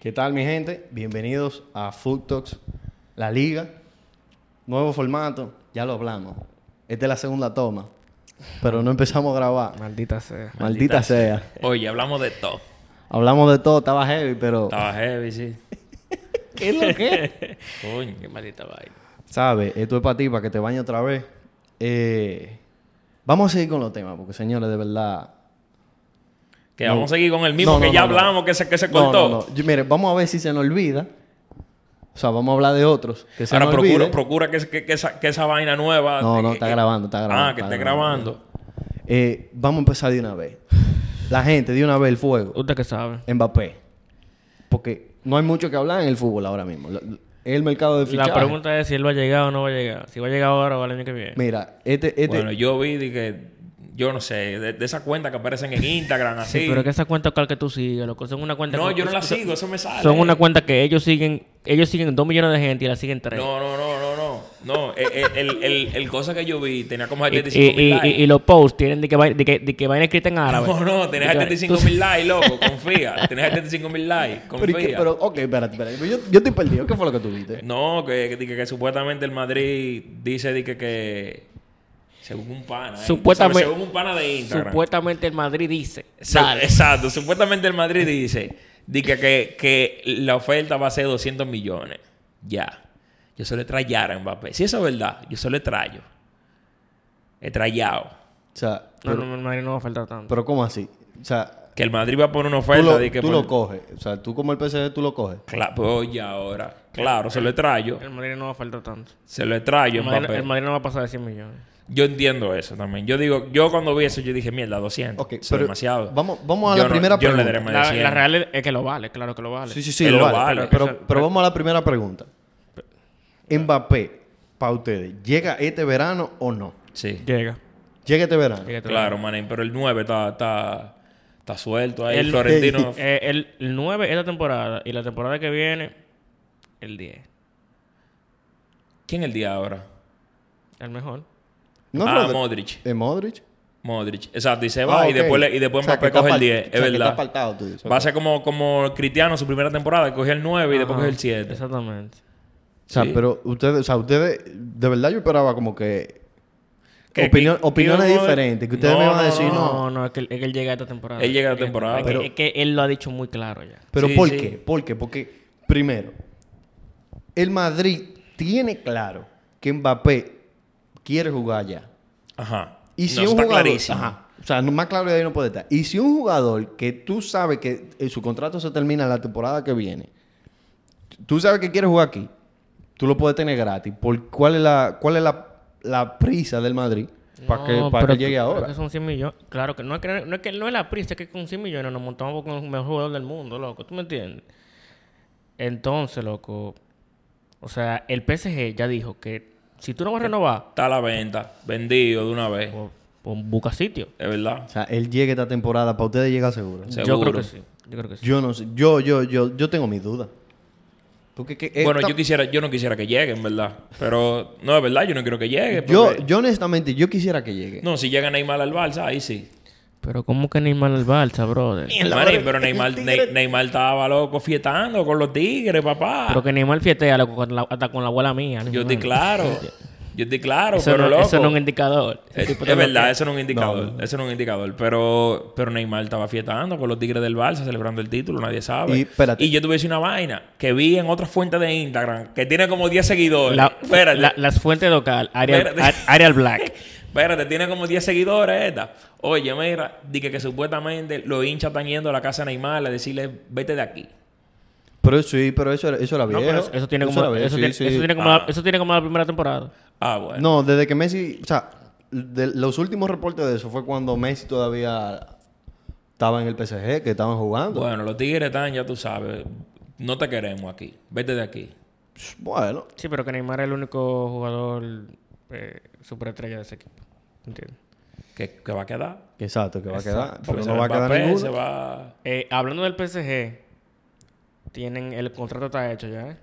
¿Qué tal, mi gente? Bienvenidos a Food Talks, la liga. Nuevo formato, ya lo hablamos. Esta es la segunda toma, pero no empezamos a grabar. Maldita sea. Maldita, sea. Oye, hablamos de todo. Hablamos de todo, estaba heavy, pero... Estaba heavy, sí. ¿Qué es lo que es? Coño, qué maldita vaina. ¿Sabes? Esto es para ti, para que te bañe otra vez. Eh, vamos a seguir con los temas, porque señores, de verdad... Que No. vamos a seguir con el mismo No, que no, ya no, no. hablamos, que se, que se No, cortó. no, no. Yo- mire, vamos a ver si se nos olvida. O sea, vamos a hablar de otros. Que se Ahora nos procura, olvide. procura que, que- que esa, que esa vaina nueva. No, no, que- está que- grabando, está grabando. Ah, que está esté grabando. Eh, vamos a empezar de una vez. La gente, de una vez el fuego. Usted que sabe. Mbappé. Porque no hay mucho que hablar en el fútbol ahora mismo. Lo- lo- Es el mercado de fichajes. La pregunta es si él va a llegar o no va a llegar. Si va a llegar ahora o el año que viene. Mira, este... este Bueno, yo vi de que, yo no sé, de, de esas cuentas que aparecen en Instagram, así. Sí, pero que esa cuenta cual que tú sigues, loco. Son una cuenta No, que- yo no la son- sigo, eso me sale. Son una cuenta que ellos siguen, ellos siguen dos millones de gente y la siguen tres. No, no, no, no, no. No, eh, eh, el, el, el, cosa que yo vi tenía como y, 75 mil y- likes. y- y los posts tienen de que, vaina- de que, de que vaina escrita en árabe. No, no, De tenés que- 75 tú- mil likes, loco, confía. Tenés 75 mil likes, confía. pero, ¿y qué? Pero, ok, espérate, espérate. Yo, yo estoy perdido. ¿Qué fue lo que tuviste? No, que, que, que- que supuestamente el Madrid dice di que, que según un pana. ¿eh? Supuestamente- Según un pana de Instagram. Supuestamente el Madrid dice. Se- Dale. Exacto, supuestamente el Madrid dice di que, que, que la oferta va a ser 200 millones. Ya. Yo se lo trayara a Mbappé. Si eso es verdad, yo se lo trayo. He trayado. O sea, No, pero, no, el Madrid no va a faltar tanto. pero ¿cómo así? O sea, Que el Madrid va a poner una tú, oferta. lo, di que tú por- lo coges. O sea, tú como el PSG, tú lo coges. Cla- pues, oye, ahora. Claro, se lo trayo. El Madrid no va a faltar tanto. Se lo El trayo a Madrid, Mbappé. el Madrid no va a pasar de 100 millones. Yo entiendo eso también. Yo digo, yo cuando vi eso, yo dije, mierda, 200. Ok, Eso es pero demasiado. vamos- vamos a Yo la no- primera yo no le daré pregunta. más de La, 100. la real es- es que lo vale, claro que lo vale. Sí, sí, sí, Él lo lo vale. vale. Pero, Exacto. pero vamos a la primera pregunta. Mbappé, para ustedes, ¿llega este verano o no? Sí, Llega. ¿Llega este verano? Llega todo. claro, manín. Pero el 9 está, está, está suelto ahí. El- Florentino. Eh, el, el 9 es la temporada y la temporada que viene, el 10. ¿Quién es el día ahora? El mejor. No, ah, pero- Modric. ¿De Modric? Modric. Exacto, y se Ah, va y ok. después, le- y después O sea, que Mbappé está coge el apart- 10. o sea, es que está verdad. apartado, tú dices. Va a ser como, como Cristiano su primera temporada, que cogió el 9 y después Ajá, cogió el 7. Exactamente. O sea, sí. pero ustedes, o sea, ustedes, de verdad yo esperaba como que... Que- opinión- que- opiniones que- diferentes, que ustedes No, me van a no, decir Ah, no. No, no, es que, él- es que él llega a esta temporada. Él llega a esta Es que- temporada, Es, pero- que, es que él lo ha dicho muy claro ya. Pero Sí, ¿por sí. qué? ¿Por qué? Porque, primero, el Madrid tiene claro que Mbappé quiere jugar ya. Ajá. Y si no, un eso está jugador, clarísimo. ajá, o sea, no- más claro de ahí no puede estar. Y si un jugador que tú sabes que eh, su contrato se termina la temporada que viene, tú sabes que quiere jugar aquí, tú lo puedes tener gratis. ¿Por cuál es la cuál es la, la prisa del Madrid para No, que para pero que llegue tú- pero ahora? que son 100 millones. Claro que no es que no es, que no es la prisa, es que con 100 millones nos montamos con el mejor jugador del mundo, loco. ¿Tú me entiendes? Entonces, loco. O sea, el PSG ya dijo que si tú no vas a renovar, Está a la venta, vendido de una vez. pues, pues busca sitio. Es verdad. O sea, él llegue esta temporada para ustedes llega seguro. Yo creo Seguro. que sí. Yo creo que sí. Yo no sé, yo yo yo yo tengo mis dudas. Porque que eh, Bueno, esta- yo quisiera, yo no quisiera que llegue, en verdad. Pero, no, es verdad, yo no quiero que llegue. yo, porque- yo honestamente yo quisiera que llegue. No, si llega Neymar al Barça, ahí sí. Pero ¿cómo que Neymar al Barça, brother? En la Manín, madre- pero Neymar, el tigre- Ne- Neymar estaba loco fietando con los tigres, papá. Pero que Neymar fietea loco, con la- hasta con la abuela mía. Yo Neymar. estoy claro. Yo estoy claro, Eso, pero no, loco. eso no es un indicador. Eh, Ese tipo es de- verdad, eso no es un indicador. Eso no es un indicador. Pero, pero Neymar estaba fietando con los tigres del Barça, celebrando el título, nadie sabe. Y, espérate. yo te voy a decir una vaina que vi en otra fuente de Instagram que tiene como 10 seguidores. La- espérate. la- las fuentes local, Arial, Espérate. Ar- Arial Black. Espérate, tiene como 10 seguidores esta. Oye, mira, di que, que supuestamente los hinchas están yendo a la casa de Neymar a decirle, vete de aquí. Pero sí, pero eso era, eso era No, viejo. pero eso, eso tiene como, era viejo, eso sí, tiene, sí. eso tiene como Ah. la, eso tiene como la primera temporada. Ah, bueno. No, desde que Messi, o sea, de- los últimos reportes de eso fue cuando Messi todavía estaba en el PSG, que estaban jugando. Bueno, los tigres están, ya tú sabes, no te queremos aquí. Vete de aquí. Psh, Bueno, Sí, pero que Neymar es el único jugador eh, superestrella de ese equipo. ¿Entiendes? ¿Qué, qué va a quedar? exacto, que va a Exacto, quedar. Porque Pero se no va a quedar Mbappé, se ninguno. va... Eh, hablando del PSG, tienen el contrato está hecho ya, ¿eh?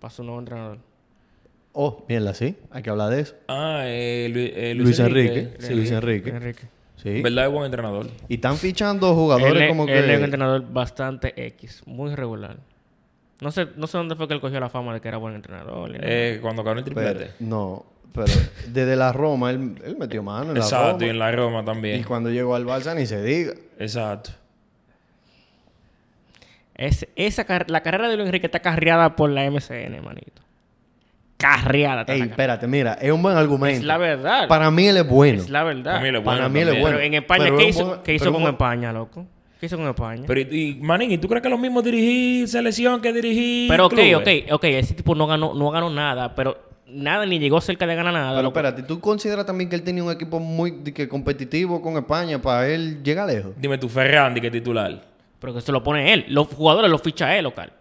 Para su nuevo entrenador. Oh, mierda, sí. Hay que hablar de eso. Ah, eh, Lu- eh, Luis, Enrique. Sí, Luis Enrique. Enrique. Sí. ¿Verdad? Es buen entrenador. Y están fichando jugadores Él es- como él es un que... entrenador bastante X, muy regular. No sé, no sé dónde fue que él cogió la fama de que era buen entrenador. ni nada. Eh, cuando ganó el triplete. Pero- no, pero desde la Roma él, él metió mano en la Exacto, Roma. y en la Roma también. Y cuando llegó al Barça ni se diga. Exacto. Es- esa car- la carrera de Luis Enrique está carreada por la MCN, manito. Carreada. está Ey, la carrera. espérate, mira, es un buen argumento. es la verdad. Para mí él es bueno. es la verdad. Para mí él es Para bueno mí él es también. bueno. Pero en España, Pero ¿qué es un hizo, buen- ¿qué hizo pero con es un- España, loco? ¿Qué hizo con España? Pero, Pero, y, y, Manín, ¿y tú crees que es lo mismo dirigir selección que dirigir ok, clubes? ok, ok. Ese tipo no ganó, no ganó nada, pero nada ni llegó cerca de ganar nada. Pero loco. espérate, ¿tú consideras también que él tenía un equipo muy de que, competitivo con España para él llegar lejos? Dime tú, Ferrandi, que es titular. Pero que se lo pone él. Los jugadores los ficha él, local.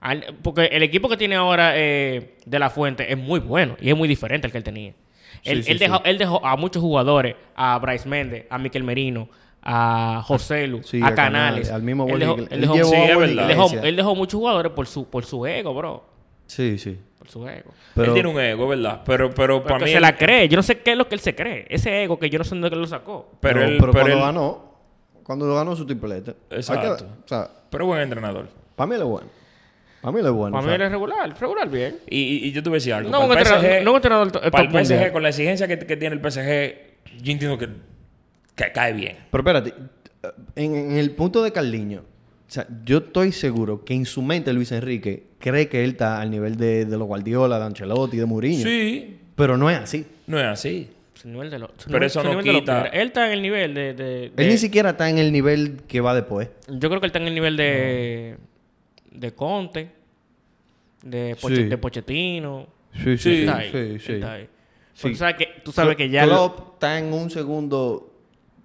Al- Porque el equipo que tiene ahora eh, de la fuente es muy bueno y es muy diferente al que él tenía. Él, Sí, sí, él dejó, él dejó a muchos jugadores, a Bryce Méndez, a Miquel Merino, a José Lu, Sí, a, a Canales, Canales. al mismo él Borja dejó, Iglesias. él Él dejó- llevó Sí, a es Borja verdad. él dejó- Iglesias. él dejó muchos jugadores por su, por su ego, bro. Sí, sí. Por su ego. Pero, Él tiene un ego, ¿verdad? Pero, pero, Pero para que mí. se él- la cree. Yo no sé qué es lo que él se cree. Ese ego que yo no sé dónde lo sacó. pero, no, él- pero pero cuando él- ganó, cuando ganó su triplete. Hay que- Exacto. o sea, pero buen entrenador. para mí él es bueno. Para mí él es bueno. Para o mí sea, él es regular. Regular bien. Y, y- y yo te voy a decir algo. No, un para el entrenador- PSG, no un entrenador to- para el top mundial. PSG, con la exigencia que, que tiene el PSG, yo entiendo que, que cae bien. Pero espérate, en, en el punto de Carliño, o sea, yo estoy seguro que en su mente Luis Enrique cree que él está al nivel de, de los Guardiola, de Ancelotti, de Mourinho. Sí, Pero no es así. no es así. Su nivel de lo- su Pero nivel- eso su no nivel de lo quita- que era. Él está en el nivel de- de- de Él ni siquiera está en el nivel que va después. Yo creo que él está en el nivel de. de Conte, de, Poche- Sí. de Pochettino. Sí, sí, Está ahí, él está ahí. Pero tú sabes que, tú sabes que ya. Klopp está en un segundo.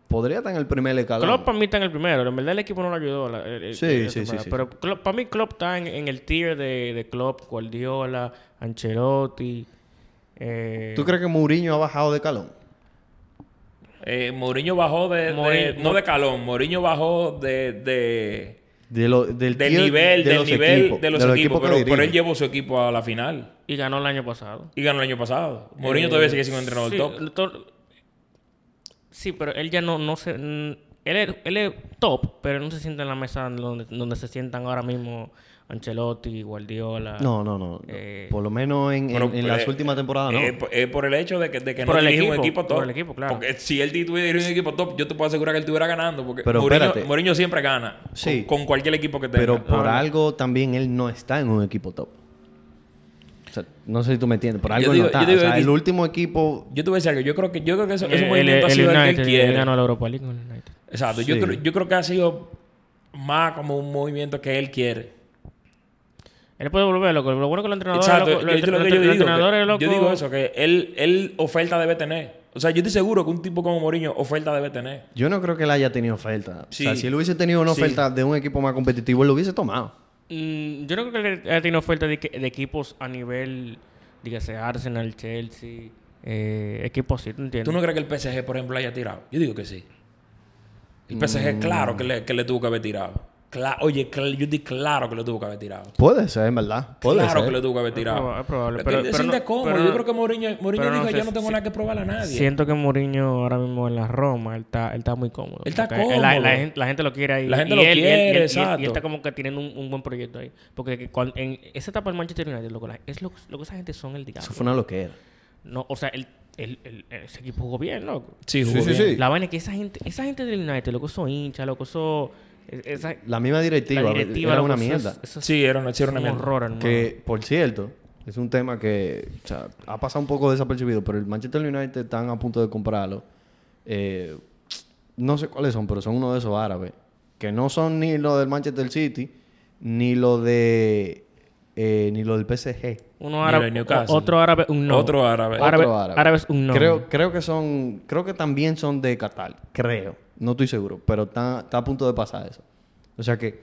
Podría estar en el primer escalón. Klopp para mí está en el primero. En verdad el equipo no lo ayudó. la- eh, el- el- Sí, la sí, sí, temporada. sí. Pero para mí Klopp está en, en el tier de, de Klopp, Guardiola, Ancelotti. Eh, ¿Tú crees que Mourinho ha bajado de calón? Eh, Mourinho bajó de, de- Mori- No de calón, Mourinho bajó de. de De lo- del del tier nivel, de del los nivel equipos, de los, equipos, que pero, dirige. pero él llevó su equipo a la final Y ganó el año pasado. y ganó el año pasado. Mourinho todavía sigue siendo entrenador Eh, sí, top. to- sí, pero él ya no, no se... n- Él es, él es top, pero no se sienta en la mesa donde, donde se sientan ahora mismo Ancelotti, Guardiola. No, no, no. Eh, por lo menos en, en- Pero, en las eh, últimas temporadas, no. eh, por- eh, por el hecho de que, de que no Por el dirige un equipo, equipo top. por el equipo, claro. Porque si él tuviera dirigido un equipo top, yo te puedo asegurar que él estuviera ganando. Porque Pero Mourinho, espérate. Mourinho siempre gana. Sí. Con, con cualquier equipo que tenga. Pero por algo también él no está en un equipo top. O sea, no sé si tú me entiendes, por Yo algo él digo- no está. yo digo- o sea, yo- el último equipo. Yo te voy a decir algo. Yo creo que, yo creo que eso, Eh, ese el- movimiento ha el sido el que United, él él quiere. ganó la Europa League con el United. Exacto. Yo, Sí. creo, yo creo que ha sido más como un movimiento que él quiere. Él puede volver, loco. Lo bueno que los entrenadores... Exacto. loco, los es lo entre- que yo los digo. entrenadores, que- loco, Yo digo eso, que él, él oferta debe tener. O sea, yo estoy seguro que un tipo como Mourinho oferta debe tener. Yo no creo que él haya tenido oferta. Sí. O sea, si él hubiese tenido una Sí. oferta de un equipo más competitivo, él lo hubiese tomado. Mm, yo no creo que él haya tenido oferta de, que- de equipos a nivel, dígase, Arsenal, Chelsea, eh, equipos así, ¿te entiendes? ¿Tú no crees que el PSG, por ejemplo, haya tirado? Yo digo que sí. El Mm. PSG, claro que le, que le tuvo que haber tirado. Cla- Oye, cl- yo di claro que le tuvo que haber tirado. Puede ser, en verdad. Puede claro ser. que le tuvo que haber tirado. proba- es probable, Que pero- él se pero siente no- cómodo. pero yo no- creo que Mourinho, Mourinho pero no dijo, sé yo no tengo si- nada que probarle a nadie. Siento que Mourinho ahora mismo en la Roma, él está, él está muy cómodo. Él está Porque La, la cómodo. gen- la gente lo quiere ahí. La gente Y lo él- y él- y él- quiere, y él- Y exacto. él está como que tienen un, un buen proyecto ahí. Porque que cuan- en esa etapa del Manchester United, loco, la- es lo, lo que esa gente son el diablo. Eso fue una loquera. No, o sea, el, el- el- ese equipo jugó bien, loco. Sí, Sí, jugó sí, bien. sí. La vaina es que esa gente, esa gente del United, loco, son hinchas, loco, son... Esa, La misma directiva, la directiva, era loco, una eso es- mierda. eso es Sí, era una, sí, era una un mierda. horror, hermano. Que, por cierto, es un tema que o sea, ha pasado un poco desapercibido, pero el Manchester United están a punto de comprarlo. Eh, no sé cuáles son, pero son uno de esos árabes. Que no son ni los del Manchester City, ni los de. eh, ni los del PSG. Uno Mira, árabe, el Newcastle. otro árabe, un no. Otro árabe. Ahora- Árabe- Otro árabe es un nombre. Creo, creo que son. Creo que también son de Qatar. Creo. No estoy seguro, pero está, está a punto de pasar eso. O sea que.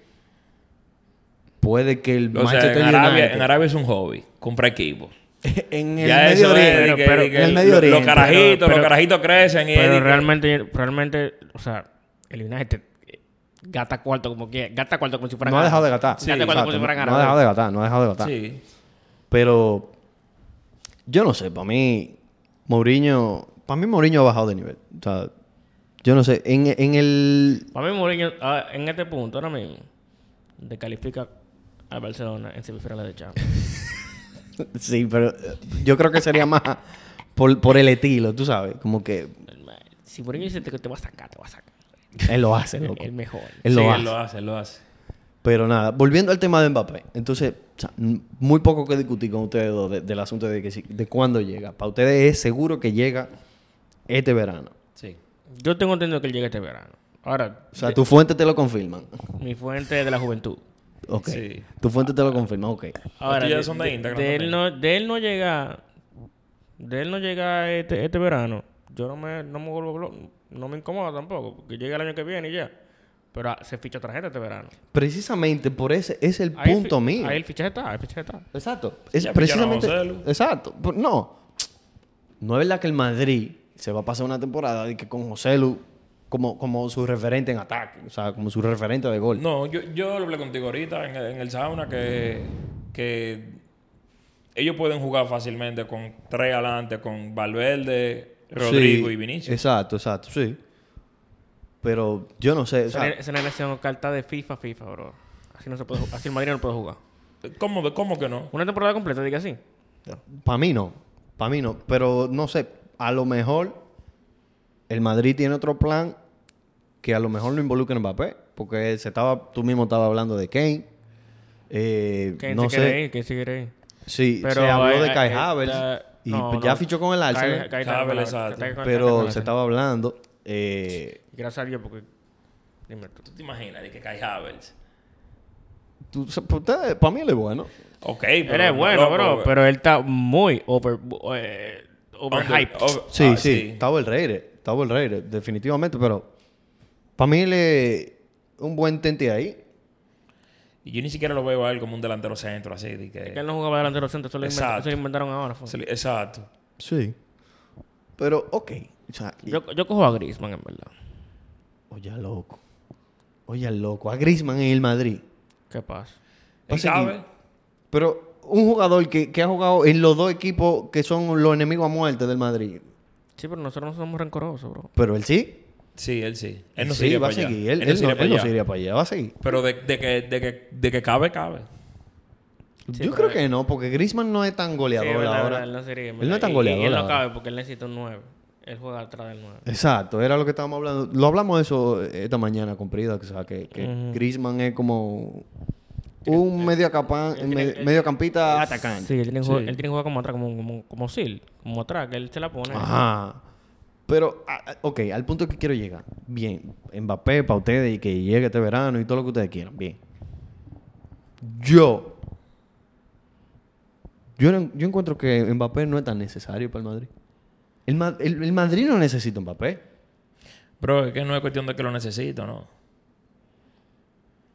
Puede que el O sea, Manchester en Arabia, United- en Arabia es un hobby. Compra equipo. en el Ya Medio eso es, Oriente. de que- pero- de que en el Medio lo- Oriente. Los carajitos, Pero- los carajitos crecen. Y Pero y- realmente, realmente, o sea, el United eh, gata cuarto como que gata cuarto como si fuera no ha dejado ganador. de gatar. Gata cuarto como si fuera no ha dejado ganador. de gatar, no ha dejado de gatar. Sí. Pero yo no sé, para mí Mourinho, para mí Mourinho ha bajado de nivel. O sea, yo no sé, en, en el Para mí Mourinho ah, en este punto ahora mismo descalifica al Barcelona en semifinales de Champions. Sí, pero eh, yo creo que sería más por, por el estilo, tú sabes. Como que si Mourinho dice que te va a sacar, te va a sacar. él lo hace, loco. El mejor. Él Sí, lo él hace. lo hace, él lo hace. Pero nada, volviendo al tema de Mbappé. Entonces, o sea, n- muy poco que discutir con ustedes dos de- del asunto de, que si- de cuándo llega. Para ustedes es seguro que llega este verano. Sí. Yo tengo entendido que él llega este verano. Ahora, O sea, tu fuente te lo confirman. mi fuente es de la juventud. Ok. Sí. Tu fuente te lo confirma, ok. Ahora, tuyos de, son de de- Instagram de él también. no, de él no llega. De él no llega este, este verano. Yo no me, no me vuelvo blo- No me incomoda tampoco. Porque llega el año que viene y ya. Pero ah, se ficha otra gente este verano. Precisamente por ese es el Ahí el punto fi- mío. Ahí el fichaje está. ahí el fichaje está. Exacto. Es Ya pillaron a precisamente. Joselu. Exacto. Por- No. No es verdad que el Madrid se va a pasar una temporada de que con José Lu como, como su referente en ataque. O sea, como su referente de gol. No, yo, yo lo hablé contigo ahorita en el, en el sauna que, que ellos pueden jugar fácilmente con tres adelante, con Valverde, Rodrigo Sí, y Vinicius. Exacto, exacto, sí. Pero yo no sé. o sea, Esa es la elección carta de FIFA, FIFA, bro. Así no se puede ju- Así el Madrid no puede jugar. ¿Cómo, ¿Cómo que no? Una temporada completa, diga así. Para mí no. Para mí no. Pero no sé. A lo mejor el Madrid tiene otro plan que a lo mejor no involucra en Mbappé. Porque se estaba, tú mismo estabas hablando de Kane. Eh, ¿Quién no se quiere sé. ir? ¿Quién se quiere ir? Sí, se habló eh, de Kai eh, Havertz. eh, y pues no, ya no. fichó con el Kai- Arsenal. Kai está con Havertz, la- exacto. está con- está con pero el se Arsenal. estaba hablando. eh, Gracias a Dios, porque. Dime tú. ¿Tú te imaginas de que Kai Havertz? tú- usted- eh, para mí él es bueno. Ok, pero... Él es bueno, loco, bro, güey. pero él está muy over, eh, Under- overhyped. over- Sí, ah, sí, Estaba el Reire. Estaba el Reire, definitivamente. Pero para mí él es un buen tente ahí. Y Yo ni siquiera lo veo a él como un delantero centro, así. de que- Que él no jugaba delantero centro, eso lo, inventa- Exacto. eso lo inventaron ahora. fue. se le- Exacto. Sí. Pero, ok. O sea, y- Yo, yo cojo a Griezmann, en verdad. oye, al loco. Oye, al loco. A Grisman en el Madrid. ¿Qué pasa? ¿Y Pasa que- sabe? Pero un jugador que, que ha jugado en los dos equipos que son los enemigos a muerte del Madrid. Sí, pero nosotros no somos rencorosos, bro. Pero él sí. Sí, él sí. Él no se sí, iría va para a seguir. allá. Él, no él se no, iría él para no allá. se iría para allá. Va a seguir. Pero de, de que, de, que, de que cabe, cabe. Yo Sí, pero- creo que no, porque Grisman no es tan Sí, goleador verdad, ahora. verdad, él no sería, Él verdad. no es tan Y- goleador. Y, él no ahora. cabe porque él necesita un 9. Él juega atrás del 9. Exacto, era lo que estábamos hablando. Lo hablamos de eso esta mañana con Prida, o sea, que, que Ujú. Griezmann es como un mediocampan- tiene- me- él- mediocampista atacante. Sí, él tiene, que Sí. jugar- él tiene que jugar como atrás, como, como, como Sil, como atrás, que él se la pone. Ajá. Pero, ah, ah, ok, al punto que quiero llegar. Bien, Mbappé para ustedes y que llegue este verano y todo lo que ustedes quieran. Bien. Yo. Yo, no- yo encuentro que Mbappé no es tan necesario para el Madrid. El, Ma- el- el Madrid no necesita Mbappé. Bro, es que no es cuestión de que lo necesito, ¿no? O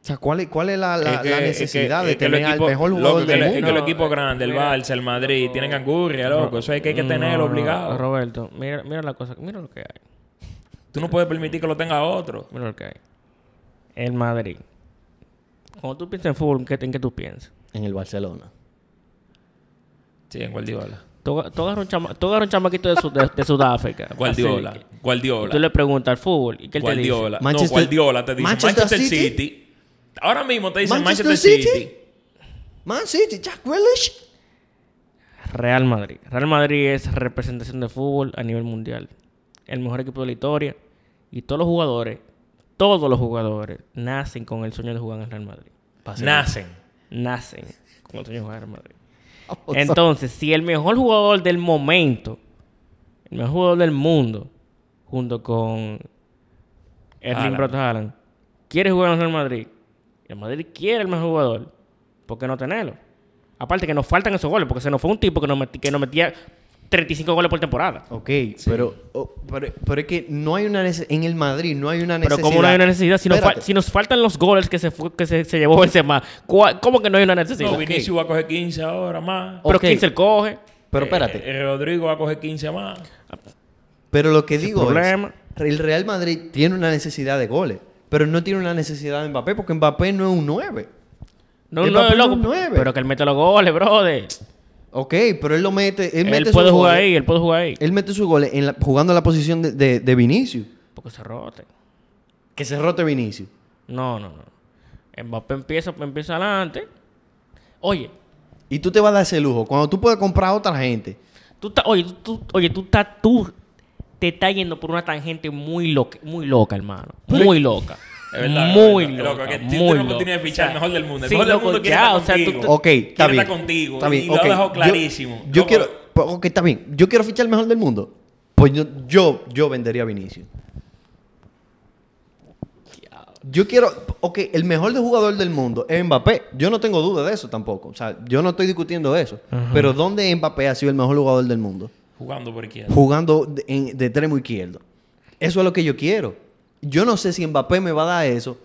sea, ¿cuál es, cuál es la, la- Es que- la es que- necesidad es de que el tener equipo- al mejor loco, jugador que del el- mundo? Es que el No, equipo grande, el mira, Barça, el Madrid, loco. tienen cangurria, loco. Eso hay que, hay que tenerlo Mm, No, obligado. no, Roberto, mira, mira la cosa, mira lo que hay. Tú no puedes permitir que lo tenga otro. Mira lo que hay. El Madrid. Cuando tú piensas en fútbol, ¿en qué, en qué tú piensas? En el Barcelona. Sí, en Guardiola. Tú aga- tú agarras un, chama, tú agarras un chamaquito de, Sud- de- de Sudáfrica. Guardiola. así, que- y tú Guardiola. le preguntas al fútbol. ¿Y qué él te dice? Guardiola. No, Manchester- Guardiola te dice Manchester Manchester, City. City. Ahora mismo te dicen Manchester Manchester, City. City. Man City, Jack Grealish. Real Madrid. Real Madrid es representación de fútbol a nivel mundial. El mejor equipo de la historia. Y todos los jugadores, todos los jugadores, nacen con el sueño de jugar en el Real Madrid. Nacen. Nacen con el sueño de jugar en el Real Madrid. Entonces, si el mejor jugador del momento, el mejor jugador del mundo, junto con Erling Haaland. Brot Haaland, quiere jugar en el Real Madrid, y el Madrid quiere el mejor jugador, ¿por qué no tenerlo? Aparte que nos faltan esos goles, porque se nos fue un tipo que nos, meti- que nos metía 35 goles por temporada. Ok, pero, oh, pero, pero es que no hay una nece- en el Madrid no hay una Pero necesidad. ¿cómo no hay una necesidad? Si nos, fal- Espérate. si nos faltan los goles que se, fue- que se, se llevó Benzema, ¿cuál- ¿cómo que no hay una necesidad? no, Vinicius va a coger 15 ahora más. Pero Ok. ¿quién se el coge? Pero espérate, Eh, eh, Rodrigo va a coger 15 más. pero lo que digo problema. es, el Real Madrid tiene una necesidad de goles, pero no tiene una necesidad de Mbappé porque Mbappé no es un 9. No, El no, papel loco, es un nueve. pero que él mete los goles, brother. Ok, pero él lo mete, él, mete Él sus puede jugar goles- ahí, él puede jugar ahí. Él mete sus goles en la- jugando en la posición de, de, de Vinicius, Porque se rote. que se rote Vinicius. No, no, no. Mbappé pues, empieza, empieza adelante. Oye, Y tú te vas a dar ese lujo. Cuando tú puedes comprar a otra gente. tú estás, oye, tú, tú- oye, tú estás, tú te estás yendo por una tangente muy loca, muy loca, hermano. Muy loca. Es verdad, es muy verdad. loca. Loco, que tiene muy una loca. oportunidad de fichar el mejor del mundo. El sí, mejor del loco, mundo quiere ya, estar o sea, tú- contigo. tú- Ok, está Quiere bien. estar contigo, Está y bien, lo ok. dejó Yo- clarísimo. Yo, Loco. quiero. pues, Ok, está bien. Yo quiero fichar el mejor del mundo. Pues yo, yo, yo vendería a Vinicius. Yo quiero. Ok, el mejor de jugador del mundo es Mbappé. Yo no tengo duda de eso tampoco. O sea, yo no estoy discutiendo eso. Pero ¿dónde Mbappé ha sido el mejor jugador del mundo? Jugando por izquierda. jugando de, en- de extremo izquierdo. Eso es lo que yo quiero. Yo no sé si Mbappé me va a dar eso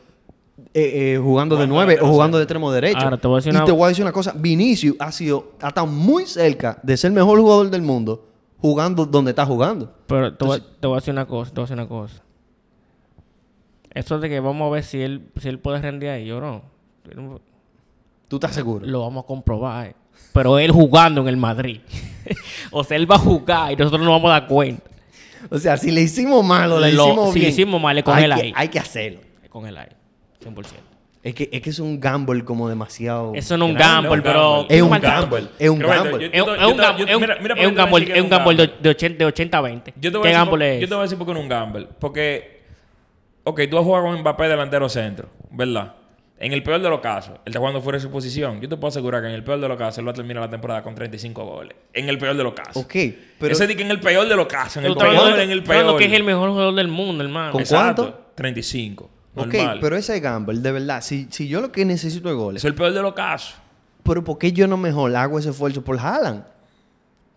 eh, eh, jugando de Jugando nueve o de tercero. jugando de extremo derecho. Ahora, te voy a decir y una- te voy a decir una cosa. Vinicius ha sido ha estado muy cerca de ser el mejor jugador del mundo jugando donde está jugando. Pero te, voy, te voy a decir una cosa, te voy a decir una cosa. Eso de que vamos a ver si él, si él puede rendir ahí o no. ¿Tú estás seguro? Lo vamos a comprobar. eh. Pero él jugando en el Madrid. o sea, él va a jugar y nosotros no vamos a dar cuenta O sea, si le hicimos mal o le Lo- hicimos si le bien... hicimos mal, es con hay él que- ahí. Hay que hacerlo. con el aire. 100%. Es que, es que es un gamble como demasiado... Eso no es un Claro, gamble, pero... Es un Maldito. gamble. Es un Roberto, gamble. yo- Es yo un- te- es un yo te- gamble, yo- es un- mira- mira por es qué un te voy a gamble, decir que es un gamble de de 80 de 80 a 20. Yo te voy ¿Qué a decir por- gamble es? Yo te voy a decir por qué no es un gamble. Porque, ok, tú has jugado con Mbappé delantero centro, ¿verdad? En el peor de los casos, él está jugando fuera de su posición. Yo te puedo asegurar que en el peor de los casos, él va a terminar la temporada con 35 goles. En el peor de los casos. Ok, pero... Ese di que en el peor de los casos, en el Tú estás peor, hablando- en el estás hablando peor. que es el mejor jugador del mundo, hermano. ¿Con Exacto, cuánto? 35. Ok, normal. pero ese gamble, de verdad, si, si yo lo que necesito es goles, Es el peor de los casos. pero ¿por qué yo no mejor hago ese esfuerzo por Haaland?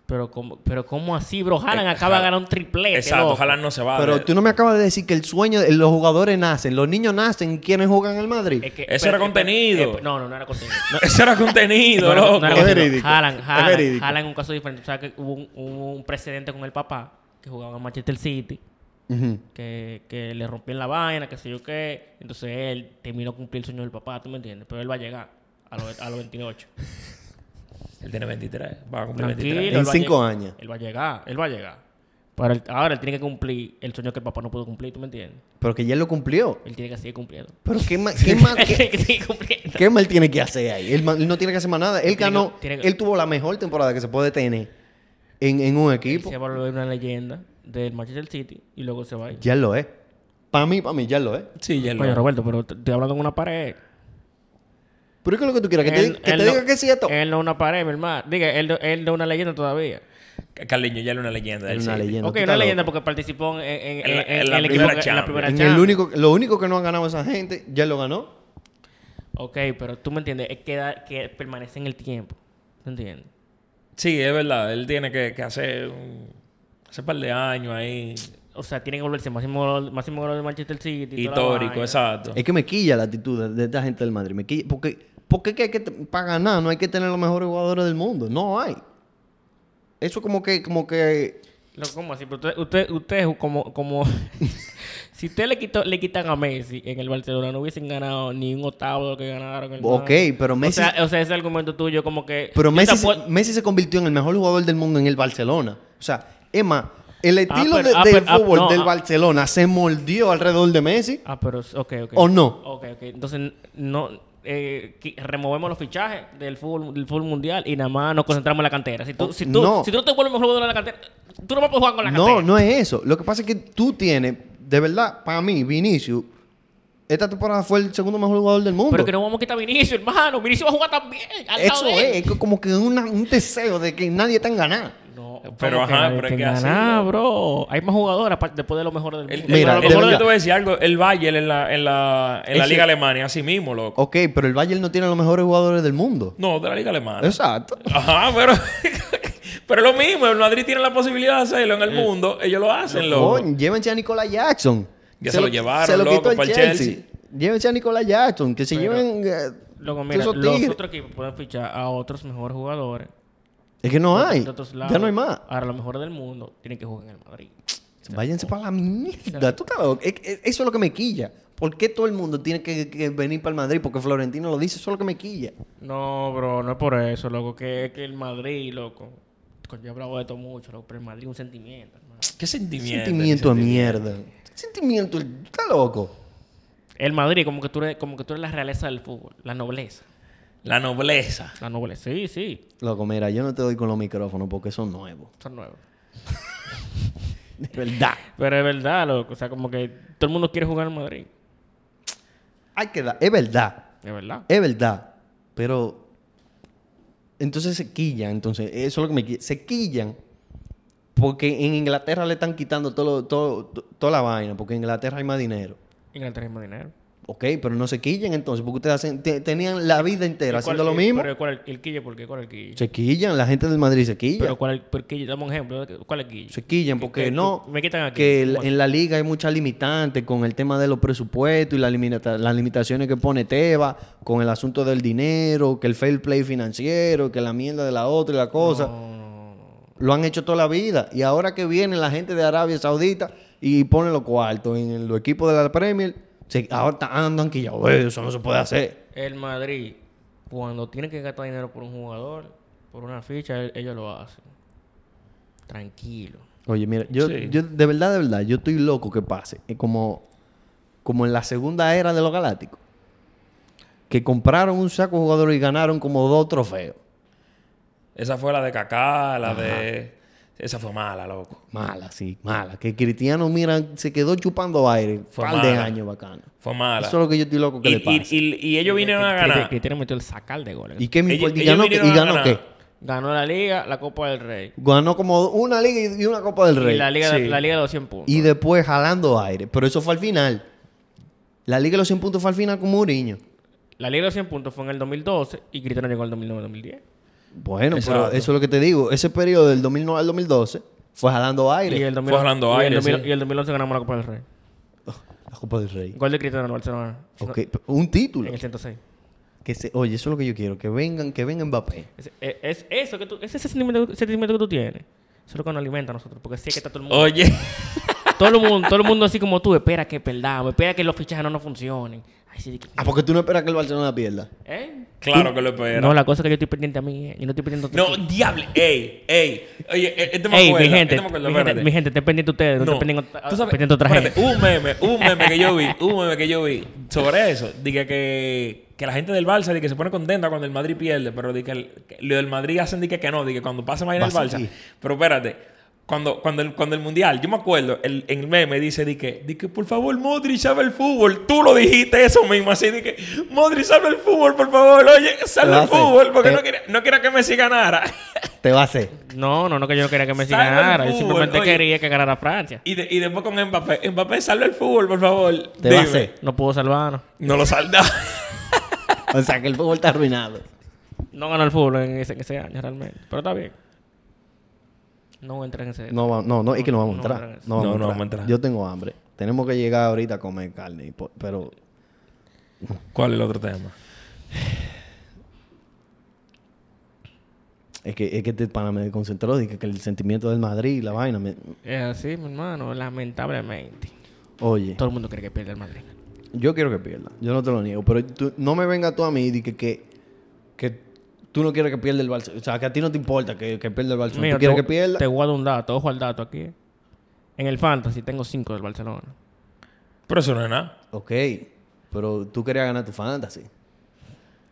Pero cómo, pero cómo así, bro. Haaland Eh, acaba de Haaland. ganar un triplete, Exacto, loco. ojalá no se vaya. Pero tú no me acabas de decir que el sueño, de los jugadores nacen, los niños nacen, ¿quiénes juegan al Madrid? Es que- Eso era contenido. no, no, no era contenido. Eso era No, contenido, no, loco. no era Es contenido. verídico. Haaland, Es Haaland, verídico. Haaland es un caso diferente. O sea, que hubo un, hubo un precedente con el papá que jugaba en Manchester City, Ujú. que, que le rompían la vaina, que sé yo qué. Entonces él terminó de cumplir el sueño del papá, ¿tú me entiendes? Pero él va a llegar a los, a los 28. Él tiene 23. Va a cumplir Tranquilo. 23. él En va a cinco llegar. años. Él va a llegar, él va a llegar. Pero él- ahora él tiene que cumplir el sueño que el papá no pudo cumplir, ¿tú me entiendes? Pero que ya lo cumplió. Él tiene que seguir cumpliendo. Pero ¿qué más, qué más, Él qué, tiene que seguir cumpliendo. qué más él tiene que hacer ahí? Él, ma- él no tiene que hacer más nada. Él Tiene que- ganó, tiene que- él tuvo la mejor temporada que se puede tener en, en un Él equipo. se va a volver una leyenda del Manchester City y luego se va a ir. Ya lo es. Para mí, para mí, ya lo es. Sí, ya lo- Oye, Roberto, pero te- estoy hablando con una pared. Pero es que lo que tú quieras, que te, Él- di- que él te no- diga que sí a todo. Él no es una pared, mi hermano. Diga, él, no- él no es una leyenda todavía. Carliño ya era una leyenda. del Era una City. leyenda. No, ok, tú una estás leyenda loco. porque participó en, en- En la- en- en en la el primera equipo- en la Champions. primera En el Champions. único, lo único que no han ganado esa gente, ya lo ganó. Ok, pero tú me entiendes. Es que, da- que permanece en el tiempo. ¿Tú entiendes? Sí, es verdad. Él tiene que, que hacer un hace par de años ahí. O sea, tiene que volverse máximo goleador- máximo goleador de Manchester City. y toda la Histórico, vaina. exacto. Es que me quilla la actitud de, de esta gente del Madrid. Me quilla. Porque, porque es que hay que, para ganar no hay que tener los mejores jugadores del mundo. No hay. Eso como que, como que... Loco, ¿Cómo así? Pero usted, usted, usted como, como si usted le quitó, le quitan a Messi en el Barcelona, no hubiesen ganado ni un octavo de lo que ganaron. hermano. Ok, pero Messi- O sea, o sea, ese argumento tuyo como que... Pero yo Messi, te se- apuesto- Messi se convirtió en el mejor jugador del mundo en el Barcelona. O sea, Emma, el estilo pero- de- ah, del pero- ah, fútbol no, del ah. Barcelona se moldeó alrededor de Messi. Ah, pero... es- Ok, ok. ¿O no? Ok, ok. Entonces, no... eh, qui- removemos los fichajes del fútbol, del fútbol mundial y nada más nos concentramos en la cantera. Si tú, si tú, Oh, No. si tú no te vuelves mejor jugador de la cantera, tú no vas a poder jugar con Ah, la cantera. No, no es eso. Lo que pasa es que tú tienes, de verdad, para mí, Vinicius, esta temporada fue el segundo mejor jugador del mundo. Pero que no vamos a quitar a Vinicius, hermano. Vinicius va a jugar también. al lado Eso de él. es, es que como que una- un deseo de que nadie está en ganar. No, Pero, ¿cómo que ajá, nadie pero es te que así, gana, ¿no? bro. Hay más jugadores aparte después de lo mejor del El, mundo. Mira, el, de el, yo verdad. te voy a decir algo. El Bayern en la, en la, en la Ese- Liga Alemania, así mismo, loco. Ok, pero el Bayern no tiene los mejores jugadores del mundo. No, de la Liga Alemana. Exacto. Ajá, pero. pero es lo mismo. El Madrid tiene la posibilidad de hacerlo en el mundo. Ellos lo hacen, loco. Eh, Coño, llévense a Nicolás Jackson. Ya se lo llevaron, loco, para el Chelsea. Llévense a Nicolás Jackson, que se Pero- lleven. eh, Luego, todos mira, esos los tigres. otros equipos pueden fichar a otros mejores jugadores. Es que no de- hay. de otros Ya lados. no hay más. Ahora, los mejores del mundo tienen que jugar en el Madrid. Váyanse para la mierda. Tú estás loco. Es- es- Eso es lo que me quilla. ¿Por qué todo el mundo tiene que, que venir para el Madrid? Porque Florentino lo dice, eso es lo que me quilla. No, bro, no es por eso, loco. Que es que el Madrid, loco. Yo he hablado de esto mucho, loco. Pero el Madrid es un sentimiento, hermano. Qué sentimiento. Sentimiento de qué mierda. Sentimiento, tú estás loco. El Madrid, como que tú eres, como que tú eres la realeza del fútbol, la nobleza. La nobleza. La noble. Sí, sí. Loco, mira, yo no te doy con los micrófonos porque son nuevos. Son nuevos. De verdad. Pero es verdad, loco. O sea, como que todo el mundo quiere jugar en Madrid. Hay que dar. Es verdad. Es verdad. Es verdad. Pero. Entonces se quillan. Entonces, eso es lo que me qui- Se quillan. Porque en Inglaterra le están quitando todo, lo- todo, to- toda la vaina. Porque en Inglaterra hay más dinero. Inglaterra es más dinero. Ok, pero no se quillan entonces. Porque ustedes hacen- te- tenían la vida entera ¿Y cuál- haciendo lo y- mismo. Pero ¿cuál es el quille? ¿Por qué? ¿Cuál es el quille? Se quillan. La gente del Madrid se quilla. Pero ¿cuál es el por quille? Dame un ejemplo. ¿Cuál es el quille? se quillan Que- porque que- no me quitan aquí. que el- ¿Cómo en la liga hay muchas limitantes con el tema de los presupuestos y la limita- las limitaciones que pone Teba con el asunto del dinero que el fair play financiero que la mierda de la otra y la cosa lo han hecho toda la vida y ahora que viene la gente de Arabia Saudita y pone los cuartos en los equipos de la Premier se- ahora ta- andan que ya "Oye, eso no se puede hacer El Madrid, cuando tiene que gastar dinero por un jugador, por una ficha, el- ellos lo hacen. Tranquilo. Oye, mira, yo, Sí. yo de verdad, de verdad, yo estoy loco que pase. Eh, Como, como en la segunda era de los galácticos. Que compraron un saco de jugadores y ganaron como dos trofeos. Esa fue la de Kaká, la de. Esa fue mala, loco. Mala, sí, mala. Que Cristiano, mira, se quedó chupando aire. Fue par de mala. años bacano. Fue mala. Eso es lo que yo estoy loco que y, le y- pase. Y, y- y ellos vinieron a ganar. Cristiano metió el sacal de goles. qué me Ellos- importa? ¿Y ellos ganó, qué? vinieron ¿Y a ganó ganar. qué? Ganó la Liga, la Copa del Rey. Ganó como una liga y- y una Copa del Rey. Y la Liga, sí. la Liga de los 100 puntos. Y después jalando aire. Pero eso fue al final. La Liga de los 100 puntos fue al final con Mourinho. La Liga de los 100 puntos fue en el 2012 y Cristiano llegó al 2009-2010. Bueno, pero Exacto. eso es lo que te digo. Ese periodo del 2009 al 2012 fue jalando aire. Y el 2011 Fue jalando y el aire, 2000 sí. y el 2011 ganamos la Copa del Rey. La Copa del Rey. Gol de Cristiano en el Barcelona. Ok, pero Un título. En el 106. Que se, oye, eso es lo que yo quiero. Que vengan, que venga Mbappé. Es, es- es eso que tú, es ese sentimiento, ese sentimiento que tú tienes. Eso es lo que nos alimenta a nosotros. Porque sí que está todo el mundo. Oye, Todo el mundo, todo el mundo así como tú, espera que perdamos, espera que los fichajes no nos funcionen. Ay, sí, que- Ah, porque tú no esperas que el Barcelona pierda. ¿Eh? claro que lo espera. No, No, la cosa es que yo estoy pendiente a mí, eh. yo no estoy pendiente a ti. diable. Ey, ey. Oye, eh, este me Ey, acuerda, mi gente, este me acuerda, mi gente, espérate. mi gente, estén pendientes ustedes, no, No. estén pendientes a- Tú sabes- pendientes a otra espérate, gente. Un meme, un meme que yo vi, un meme que yo vi sobre eso. Dije que, que la gente del Barça di que se pone contenta cuando el Madrid pierde, pero di que, el- que lo del Madrid hacen di que, que no, di que cuando pase mañana el Va a Barça. seguir. Pero espérate, cuando, cuando, el, cuando el Mundial, yo me acuerdo, el, en el meme dice di que, di que por favor Modri sabe el fútbol, tú lo dijiste eso mismo, así di que Modri sabe el fútbol, por favor, oye, Lo salve el hace. fútbol, porque Eh. no quería, no quería que Messi ganara. Te va a hacer. No, no, no, que yo no quería que Messi Salva uh. el ganara, yo fútbol, simplemente oye. quería que ganara Francia. Y, de- y después con Mbappé, Mbappé salve el fútbol, por favor. Te va a Dime. hacer. No pudo salvarnos. No lo salda. O sea, que el fútbol está arruinado. No ganó el fútbol en ese, en ese año realmente, pero está bien. No entra en ese... No, va- no, no, es que no vamos a No, no, entrar. No, no, vamos, no, a vamos a entrar. entrar. Yo tengo hambre. Tenemos que llegar ahorita a comer carne. y po- Pero ¿Cuál es el otro tema? es que, es que este pana me desconcentró. Dije que el sentimiento del Madrid, la vaina. me- Es así, mi hermano, lamentablemente. Oye. Todo el mundo cree que pierde el Madrid. Yo quiero que pierda. Yo no te lo niego. Pero tú- no me venga tú a mí y di que, que, que tú no quieres que pierda el Barça. O sea, que a ti no te importa que, que pierda el Barça. Mira, tú quieres te, que pierda. Te guardo un dato, ojo al dato aquí. eh. En el Fantasy tengo cinco del Barcelona. Pero eso no es nada. Ok. Pero tú querías ganar tu fantasy.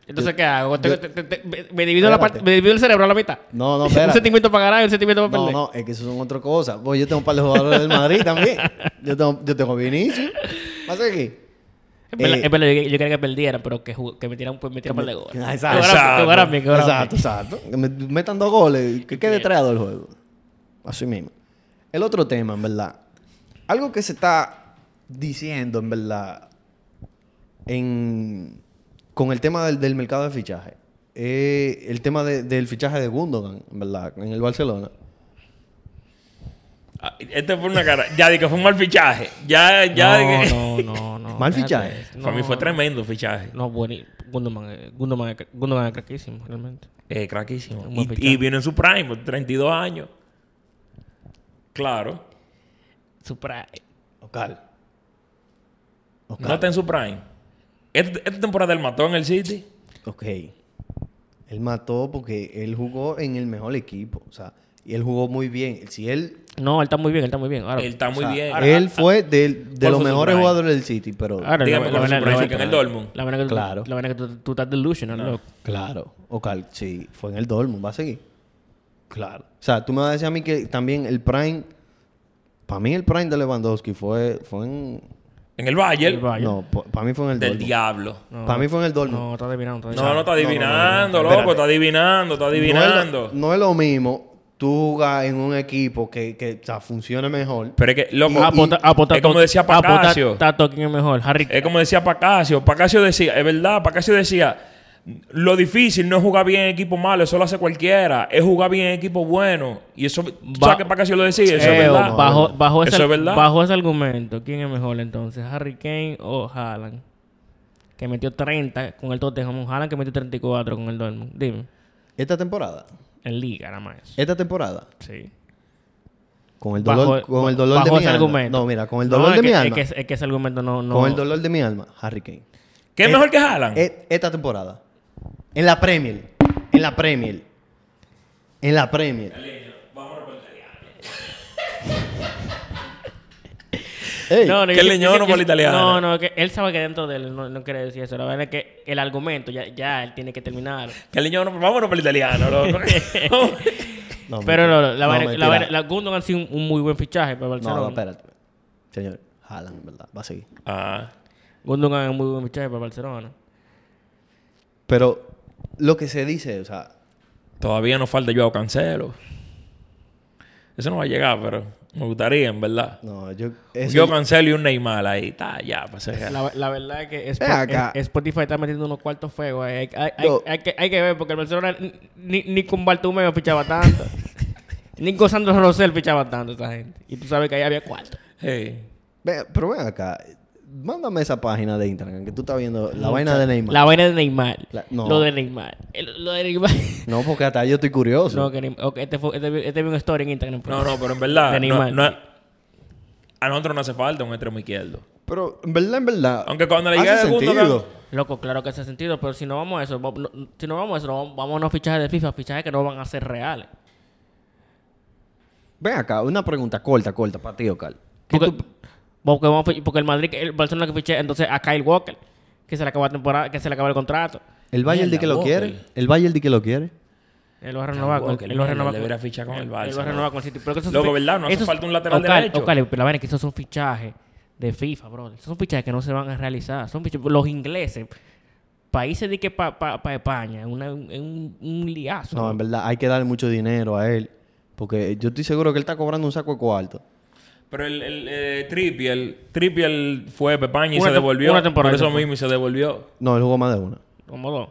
Entonces, ¿qué hago? Te- te- te- me- me, divido la parte- Espérate. me divido el cerebro a la mitad. No, no, un espérate. sentimiento para ganar y un sentimiento para No, perder. no, es que eso son otra cosa. Pues yo tengo un par de jugadores del Madrid también. Yo tengo, yo tengo a Vinicius. ¿Más aquí? Es verdad- Eh, es verdad, yo, yo quería que perdiera, pero que, jug- que metiera un pues, metiera un par de goles. Ah, Que Exacto. jugara- que jugara a mí, que jugara a mí. Exacto, exacto. Que me- metan dos goles, que quede traído el juego. Así mismo. El otro tema, en verdad. Algo que se está diciendo, en verdad, en, con el tema del, del mercado de fichaje. eh, el tema de- del fichaje de Gundogan, en verdad, en el Barcelona. Ah, Este fue una cara. Ya di que fue un mal fichaje. Ya, ya. di que- No, no, no, no. Mal Déjate fichaje. eso. Para mí fue No, tremendo fichaje. No, bueno, y Gundogan, eh, Gundogan, es- Gundogan es craquísimo, realmente. Eh, craquísimo. Un buen fichaje. Y, y vino en su prime, 32 años. Claro. Su prime. Ocal. No está en su prime. Esta, esta temporada él mató en el City. Ok. Él mató porque él jugó en el mejor equipo. O sea, Y él jugó muy bien. Si él, No, él está muy bien, él está muy bien. Ahora, Él está muy o sea, bien. él fue del- de los ¿cuál fue su mejores prime? jugadores del City, pero ahora, dígame cuál fue su verdad- prime, que en el Dortmund. La verdad que, tú- Claro. la verdad que tú, tú estás delusional, loco. Claro. O cal- sí, fue en el Dortmund. ¿Va a seguir? Claro. O sea, tú me vas a decir a mí que también el prime... Para mí el prime de Lewandowski fue, fue en... En el Bayern. El Bayern. No, para mí fue en el Del Dortmund. diablo. No, Para mí fue en el Dortmund. No, está adivinando. está No, no está no, no, no, adivinando, no. loco. Está adivinando, está No es lo- adivinando. No es, lo, mismo tú jugar en un equipo que, que o sea, funcione mejor. Pero es que, loco, Apota- apota es como to- decía apota- Pacasio. Está es mejor. Harry. Es como decía Pacasio. Pacasio decía, es verdad, Pacasio decía, lo difícil no es jugar bien en equipo malo, eso lo hace cualquiera, es jugar bien en equipo bueno. Y eso, ¿tú Ba- ¿sabes que Pacasio lo decía? Eso Eh, es verdad. no, bajo, no. bajo Eso ese, es verdad. bajo ese argumento, ¿quién es mejor entonces? ¿Harry Kane o Haaland? Que metió 30 con el Tottenham. Un Haaland que metió 34 con el Dortmund. Dime. Esta temporada. En liga, nada más. Esta temporada. Sí. Con el dolor, Bajo- con el dolor de bajo mi ese alma. argumento. No, mira, con el No, dolor es de que- mi es alma. que es, es que ese argumento no... no- Con el dolor de mi alma, Harry Kane. ¿Qué Eh, es mejor que Haaland? E- Esta temporada. En la Premier. En la Premier. En la Premier. Ey, No, no, Qué yo- yo- leñono yo- por la yo- italiana. No, no, que él sabe que dentro de él no, no quiere decir eso. La verdad es que el argumento ya, ya él tiene que terminar. Que el niño, no- vámonos para el italiano, loco. no, Pero mentira. no, no, la, No, vaina- la, mentira. vaina- la Gundogan ha sido un, un muy buen fichaje para No, Barcelona. no, espérate. Señor, Haaland, en verdad. Va a seguir. Ah. Gundogan es un muy buen fichaje para Barcelona. Pero lo que se dice, o sea, Todavía nos falta yo a Cancelo. Eso no va a llegar, pero me gustaría, en verdad. no, yo. eso- Yo Cancelo y un Neymar ahí. Está, ya, para ser- La, la verdad es que Spo- Ven acá. es- Spotify está metiendo unos cuartos fuegos. ahí. Hay, hay- hay- No. hay que, hay que ver, porque el Barcelona ni, ni con Bartomeu fichaba tanto. ni con Sandro Rosell fichaba tanto esa gente. Y tú sabes que ahí había cuartos. Hey. Ve- pero ven acá. Mándame esa página de Instagram que tú estás viendo la vaina de Neymar. La vaina de Neymar. La- no. Lo de Neymar. El- lo de Neymar. No, porque hasta yo estoy curioso. no, que Neymar- ok, este, fue, este, vi- este vi una story en Instagram. No, no, pero en verdad. De No, Neymar. no- a nosotros no hace falta un extremo izquierdo. Pero en verdad, en verdad. Aunque cuando le hace llegue de sentido. Gundogan- Loco, claro que hace sentido, pero si no vamos a eso, va- no- si no vamos a eso, no vamos, vamos a unos fichajes de FIFA, fichajes que no van a ser reales. Ven acá, una pregunta corta, corta para ti, Ocal. ¿Qué Porque, tú- porque, vamos a fi- porque el Madrid, el Barcelona que fiché entonces a Kyle Walker, que se le acaba la temporada, que se le acaba el contrato. El Bayern de Mierda, que lo Walker. quiere. El Bayern de que lo quiere. Él lo va a renovar con Walker, él lo va a mierda, renovar le con- hubiera fichado con el él Barça, lo va a ¿no? renovar con el City. Pero que esos Loco, fi- ¿verdad? No hace esos- falta un lateral Ocal- derecho. Ocal, pero la verdad es que esos son fichajes de FIFA, bro. Esos son fichajes que no se van a realizar. Son fichajes, los ingleses, países de que para pa, pa España, es una- es un, un liazo. No, ¿no? en verdad, hay que darle mucho dinero a él. Porque yo estoy seguro que él está cobrando un saco de cuarto. Pero el, el eh, Trippier, Trippier fue a España y Una se tem- devolvió. una temporada Por eso se fue. mismo y se devolvió. No, él jugó más de una. Como dos.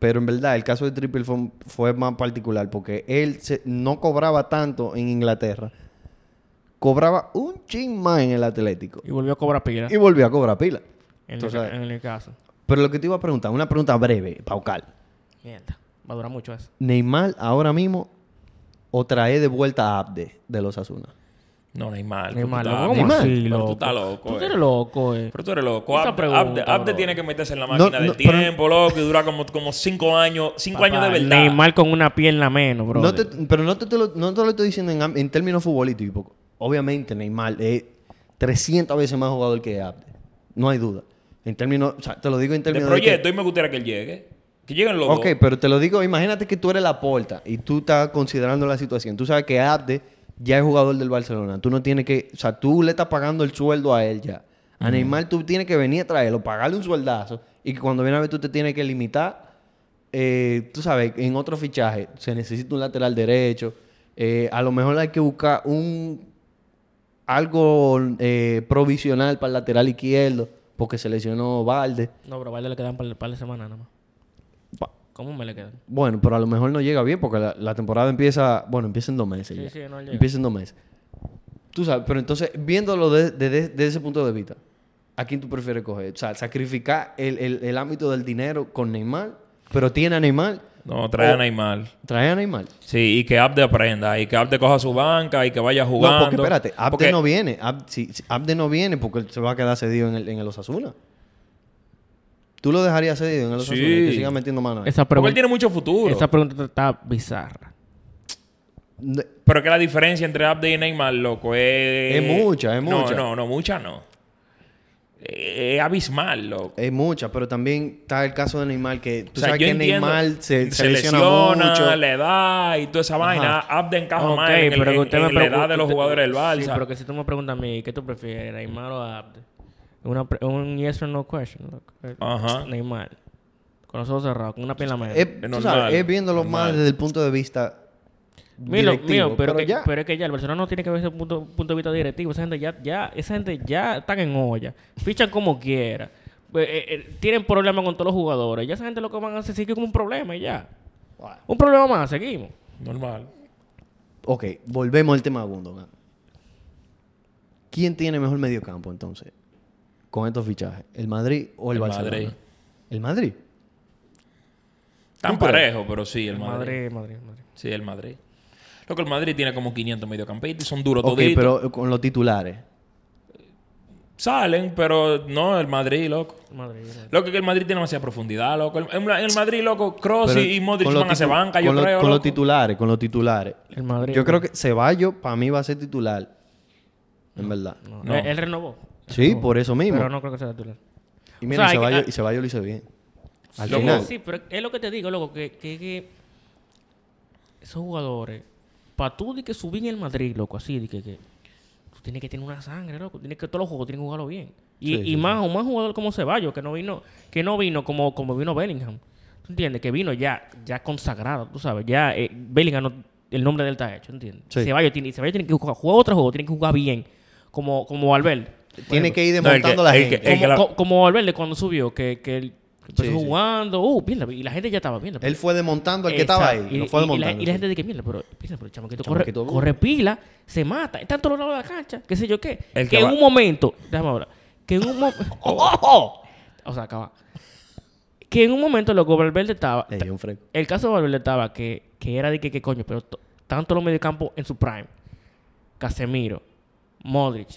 Pero en verdad, el caso de Triple fue, fue más particular porque él se- no cobraba tanto en Inglaterra. Cobraba un ching más en el Atlético. Y volvió a cobrar pila. Y volvió a cobrar pila. En, Tú el, sabes. en el caso. Pero lo que te iba a preguntar, una pregunta breve, Paucal. Mierda. Va a durar mucho eso. ¿Neymar ahora mismo o trae de vuelta a Abde de los Asuna? No, Neymar. Neymar, tú loco, estás- ¿cómo Neymar. así, Pero loco? tú estás loco, Tú eh. eres loco, eh. Pero tú eres loco. Esa Abde, pregunta, Abde- Abde bro. tiene que meterse en la No, máquina no, del pero- tiempo, loco, y dura como, como cinco años. Cinco años de Papá, verdad. Neymar con una pierna menos, bro. No te- pero no te, te lo, no te lo estoy diciendo en, am- en términos futbolísticos. porque Obviamente Neymar es 300 veces más jugador que Abde. No hay duda. En términos, o sea, te lo digo en De términos de que- proyecto, y me gustaría que él llegue. Que lleguen los Ok, dos. pero te lo digo, imagínate que tú eres la porta y tú estás considerando la situación. Tú sabes que Abde ya es jugador del Barcelona. Tú no tienes que, o sea, tú le estás pagando el sueldo a él ya. A Neymar tú tienes que venir a traerlo, pagarle un sueldazo y que cuando viene a ver tú te tienes que limitar. eh, tú sabes, en otro fichaje se necesita un lateral derecho. eh, a lo mejor hay que buscar un algo eh, provisional para el lateral izquierdo porque se lesionó Valde. No, pero Valde le quedan para par de semanas nada más. Pa- ¿Cómo me le quedan? Bueno, pero a lo mejor no llega bien porque la, la temporada empieza, bueno, empieza en dos meses. Sí, ya. sí, no llega. Empieza en dos meses. Tú sabes, pero entonces, viéndolo desde de, de ese punto de vista, ¿a quién tú prefieres coger? O sea, sacrificar el, el- el ámbito del dinero con Neymar, pero tiene a Neymar, No, trae Oh. a Neymar. trae a Neymar. Sí, y que Abde aprenda. Y que Abde coja su banca y que vaya jugando. No, porque espérate, Abde Porque- no viene. Ab- si- si Abde no viene porque él se va a quedar cedido en el, en el Osasuna. ¿Tú lo dejarías cedido en el Sí. Osasuna y que siga metiendo mano ahí? Esa Porque él pregunta, tiene mucho futuro. esa pregunta está bizarra. n- Pero que la diferencia entre Abde y Neymar, loco, es... Es mucha, es mucha. No, no, no, mucha no. Eh, Es abismal, loco. es mucha, pero también está el caso de Neymar que Eh, tú O sea, sabes yo que entiendo, Neymar se, se lesiona, mucho. la edad y toda esa vaina. Abde encaja Ok, más en, el- pero que en- usted en me la pregunta- edad de los usted- jugadores del Barça. Sí, pero que si tú me preguntas a mí, ¿qué tú prefieres, Neymar o Abde? Una pre- un yes or no question, loco. Ajá. Neymar. Con los ojos cerrados, con una pierna menos. Es, Es tú normal, sabes, es viéndolo más normal. desde el punto de vista Milo, directivo. mío, pero, que- ya. pero es que ya el Barcelona no tiene que ver ese punto, punto de vista directivo. Esa gente ya, ya, esa gente ya están en olla. Fichan como quiera. Pues, eh, eh, tienen problemas con todos los jugadores. Ya esa gente lo que van a hacer es seguir con un problema y ya. Bueno, Un problema más, seguimos. Normal. Ok, volvemos al tema de Gundogan. ¿Quién tiene mejor mediocampo entonces? Con estos fichajes, ¿el Madrid o el, El Barcelona? Madrid. El Madrid. Tan ¿Tú crees? parejo, pero sí, el Madrid. Madrid, Madrid, Madrid. Sí, el Madrid. Loco, el Madrid tiene como 500 mediocampistas. Son duros Ok, toditos. pero con los titulares. Salen, pero no, el Madrid, loco. Madrid, Madrid. Loco, que el Madrid tiene demasiada profundidad, loco. El- En la- en el Madrid, loco, Kroos Pero y y Modric con los van a hacer titu- banca, yo con los- creo, Con los loco. titulares, con los titulares. El Madrid. Yo creo que Ceballos para mí va a ser titular. En verdad. No, Eh, No. Él, él renovó. Sí, por eso mismo. Pero no creo que sea titular. Y mira, y O sea, hay que- Ceballos, y Ceballos lo hizo bien. Al Loco, final. Sí, pero es lo que te digo, loco, que, que, que esos jugadores, para tú de que subir en el Madrid, loco, así, de que, que tú tienes que tener una sangre, loco, tienes que todos los juegos tienen que jugarlo bien. Y, Sí, y sí, más, o más jugador como Ceballos, que no vino, que no vino como, como vino Bellingham. ¿Tú entiendes? Que vino ya, ya consagrado, tú sabes, ya eh, Bellingham no- el nombre de él está hecho, ¿entiendes? Sí. Ceballos tiene, Ceballos tiene que jugar, jugar otro juego, tiene que jugar bien, como, como Valverde. Tiene que ir No, el que- desmontando la el que- gente. Como, el que la- co- como Valverde cuando subió, que, que él empezó Sí, sí. jugando, uh, mierda, y la gente ya estaba, mierda. Él fue desmontando al que Exacto. estaba ahí. Y, lo fue y- y la, desmontando. y la gente sí. dice, mierda, pero, mierda, pero el chamaquito, Chamaquito, corre, corre pila, se mata, está en todos lados de la cancha, qué sé yo qué. El que que en va- un momento, déjame ahora, que en un momento... O sea, acaba. Que en un momento, loco, Valverde estaba... Le dio un fresco. El caso de Valverde estaba que, que era de que, que coño, pero to- tanto los mediocampos en su prime. Casemiro, Modric,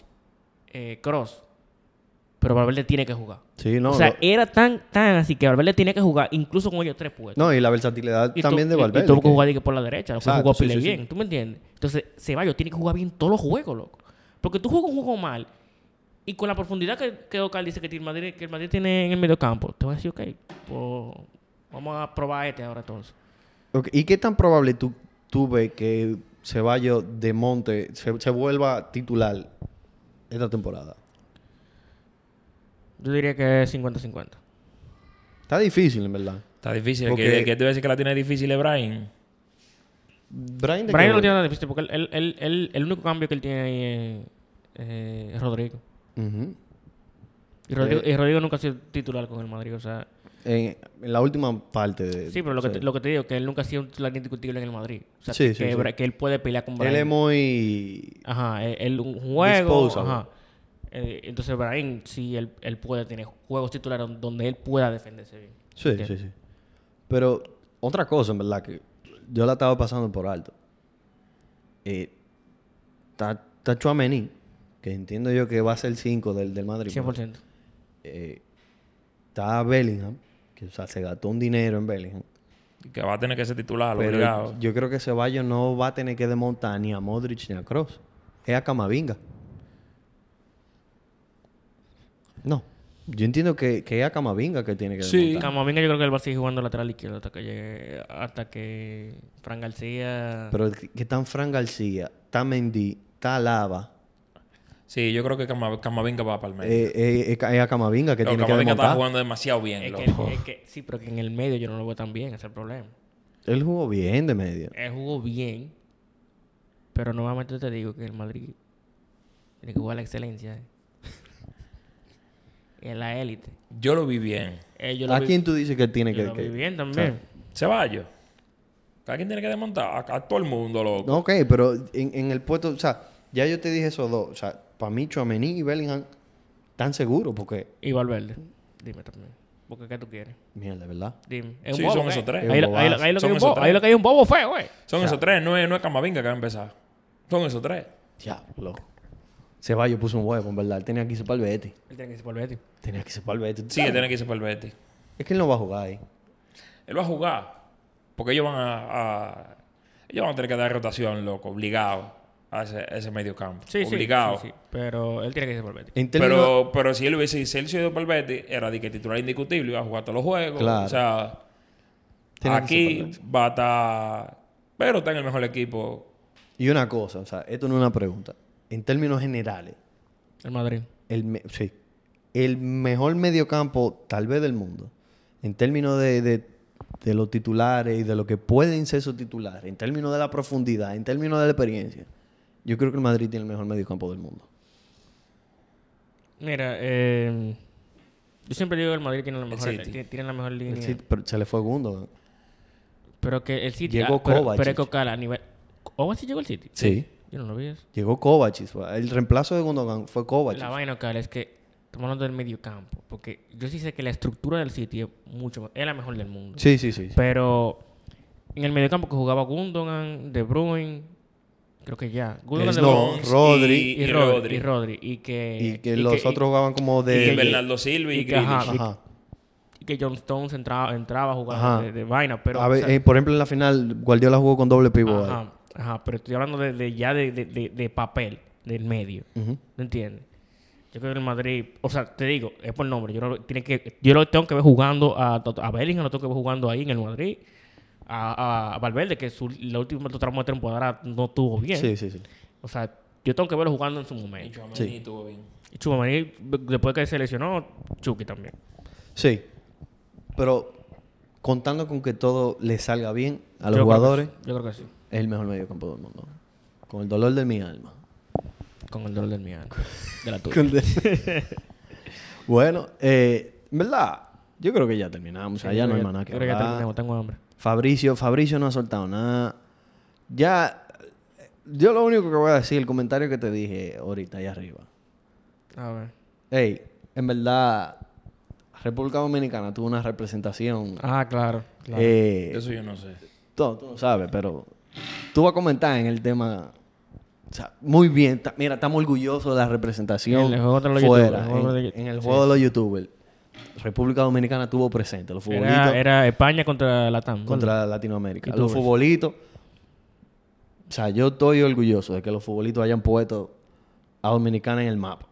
Cross. Pero Valverde tiene que jugar. Sí, no. o sea, lo- era tan, tan así que Valverde tiene que jugar incluso con ellos tres puestos. no, y la versatilidad Y también tu- de y- Valverde. Y tuvo que que- jugar dije, por la derecha, lo que Exacto, jugó sí, pile sí, sí. bien, ¿tú me entiendes? Entonces, Ceballos tiene que jugar bien todos los juegos, loco. Porque tú juegas un juego mal y con la profundidad que, que Ocal dice que el, Madrid, que el Madrid tiene en el medio campo, te vas a decir, ok, pues, vamos a probar este ahora entonces. Ok, ¿Y qué tan probable tú, tú ves que Ceballos de Monte se, se vuelva titular esta temporada? Yo diría que es 50-50. Está difícil, en verdad. Está difícil. El Porque- que, el que te voy a decir que la tiene difícil es Brian. Brian, de qué Brian no tiene vuelve? nada difícil porque él- él- él- él- el único cambio que él tiene ahí es, eh, es Rodrigo. Ujú. Y Rodrigo, y Rodrigo nunca ha sido titular con el Madrid, o sea... en, en la última parte de... Sí, pero lo que, te, lo que te digo, que él nunca ha sido un titular indiscutible en el Madrid. O sea, Sí, que, sí, sí. Bra- que él puede pelear con Brian. Él es muy... Ajá, él, él un juego. Disposable. Ajá. Eh, entonces, Brian, sí, él, él puede tener juegos titulares donde él pueda defenderse bien. Sí, sí, sí. Pero otra cosa, en verdad, que yo la estaba pasando por alto. Eh, está está Tchouaméni, que entiendo yo que va a ser 5 del, del Madrid. 100%. Eh, está Bellingham, que o sea, se gastó un dinero en Bellingham. Que va a tener que ser titular, Pero obligado. yo creo que Ceballos no va a tener que desmontar ni a Modric ni a Kroos. Es a Camavinga. No. Yo entiendo que, que es a Camavinga que tiene que Sí. desmontar. Camavinga yo creo que él va a seguir jugando lateral izquierdo hasta que llegue... Hasta que Fran García... Pero que que están Fran García, está Mendy, está Lava. Sí, yo creo que Cama- Camavinga va para el medio. eh, eh, eh, ca- es a Camavinga que Loco, tiene que Camavinga está desmontar. jugando demasiado bien, es loco. que, es que- sí, pero que en el medio yo no lo veo tan bien, ese es el problema. Él jugó bien de medio. Él jugó bien, pero nuevamente te digo que el Madrid tiene que jugar a la excelencia. ¿eh? en la élite. Yo lo vi bien. Eh, yo lo ¿A vi- quién tú dices que tiene yo que...? lo que- vi bien también. Ceballos. Cada quien tiene que desmontar. A, a todo el mundo, loco. No, Ok, pero en, en el puesto, o sea, ya yo te dije esos dos. O sea, para mí, Chouameni y Bellingham están seguros porque, Y Valverde. Dime también. Porque qué tú quieres. mierda, ¿verdad. Dime. Es un Sí, bobo, son ¿eh? esos tres. Ahí, lo- ahí lo- ahí lo que Son hay un esos bobo- tres. ahí lo que hay un bobo feo, ¿eh? güey. Son esos tres. No es, no es Camavinga que va a empezar. Son esos tres. Ya, loco. Ceballos puso un huevo, en verdad. Él tenía que irse para el Betis. Él tiene que ser por Betis. Tenía que irse para el Betis. ¿Tú Sí, sabes? tiene que irse para el Betis. Es que él no va a jugar ahí. Él va a jugar. Porque ellos van a... a- Ellos van a tener que dar rotación, loco, obligado a ese, a ese medio campo. Sí, sí, obligado. sí, sí. Pero él tiene que irse por Betis. En términos- Pero, pero si él hubiese si él se hubiese ido por el Betis, era de que titular indiscutible, iba a jugar todos los juegos. Claro. O sea, Tiene que ser por aquí el va a estar. Pero está en el mejor equipo. Y una cosa, o sea, esto no es una pregunta. En términos generales, El Madrid. el, me- sí, el mejor mediocampo tal vez del mundo, en términos de, de- de los titulares y de lo que pueden ser sus titulares, en términos de la profundidad, en términos de la experiencia, yo creo que el Madrid tiene el mejor mediocampo del mundo. Mira, eh, yo siempre digo que el Madrid tiene la mejor, City. ti- tiene la mejor El línea. City- pero se le fue Gundo. Pero que el City... ah, Llegó pero- Kovacic. Pero es que Ocala a nivel... ¿Kovacic llegó al City? Sí. Yo no lo vi eso. Llegó Kovacic. fue- El reemplazo de Gundogan fue Kovacic. La vaina, Ocala, es que estamos hablando del medio campo. Porque yo sí sé que la estructura del City es mucho... más- Es la mejor del mundo. Sí, sí, sí. sí. Pero en el mediocampo que jugaba Gundogan, De Bruyne, creo que ya. Gundogan, De No, Bruyne Stones Rodri. y, y y, Rodri, Rodri. y Rodri. Y que, y que los eh, y- otros jugaban como Y de... Bernardo Silva y, y que, Grealish. ajá, Ajá. y que John Stones entraba, entraba Ajá. jugando de, de vaina. Pero, A ver, o sea, eh, por ejemplo, en la final Guardiola jugó con doble pivote. ajá, ajá, pero estoy hablando de, de ya de, de- de- de papel, del medio. Ujú. ¿Me entiendes? Yo creo que el Madrid, o sea, te digo, es por nombre. Yo lo, tiene que, yo lo tengo que ver jugando a, a Bellingham, lo tengo que ver jugando ahí en el Madrid. A, a Valverde, que su, la última tramo de temporada no tuvo bien. Sí, sí, sí. O sea, yo tengo que verlo jugando en su Y momento. Tchouaméni Sí. estuvo bien. Y Chubamani, después que se lesionó, Chucky también. Sí. Pero contando con que todo le salga bien a Yo creo los que jugadores, sí, Yo creo que sí. es el mejor mediocampo del mundo. Con el dolor de mi alma. Con el dolor del mi alma. De la tuya. Con de- bueno, eh, en ¿verdad? Yo creo que ya terminamos. o sea, ya no hay más nada que Yo creo que ya hablar. terminamos, tengo hambre. Fabricio, Fabricio no ha soltado nada. Ya, yo lo único que voy a decir, el comentario que te dije ahorita allá arriba. A ver. Ey, en verdad, República Dominicana tuvo una representación. Ah, claro. claro. eh, Eso yo no sé. tú, tú no sabes, pero tú vas a comentar en el tema. O sea, muy bien. ta- mira, estamos orgullosos de la representación En el juego de los fuera, youtubers, el juego en, de- en el sí, juego de los youtubers. República Dominicana tuvo presente los futbolistas era, era España contra la TAM. contra Latinoamérica. Los Youtubers. futbolitos. O sea, yo estoy orgulloso de que los futbolitos hayan puesto a Dominicana en el mapa.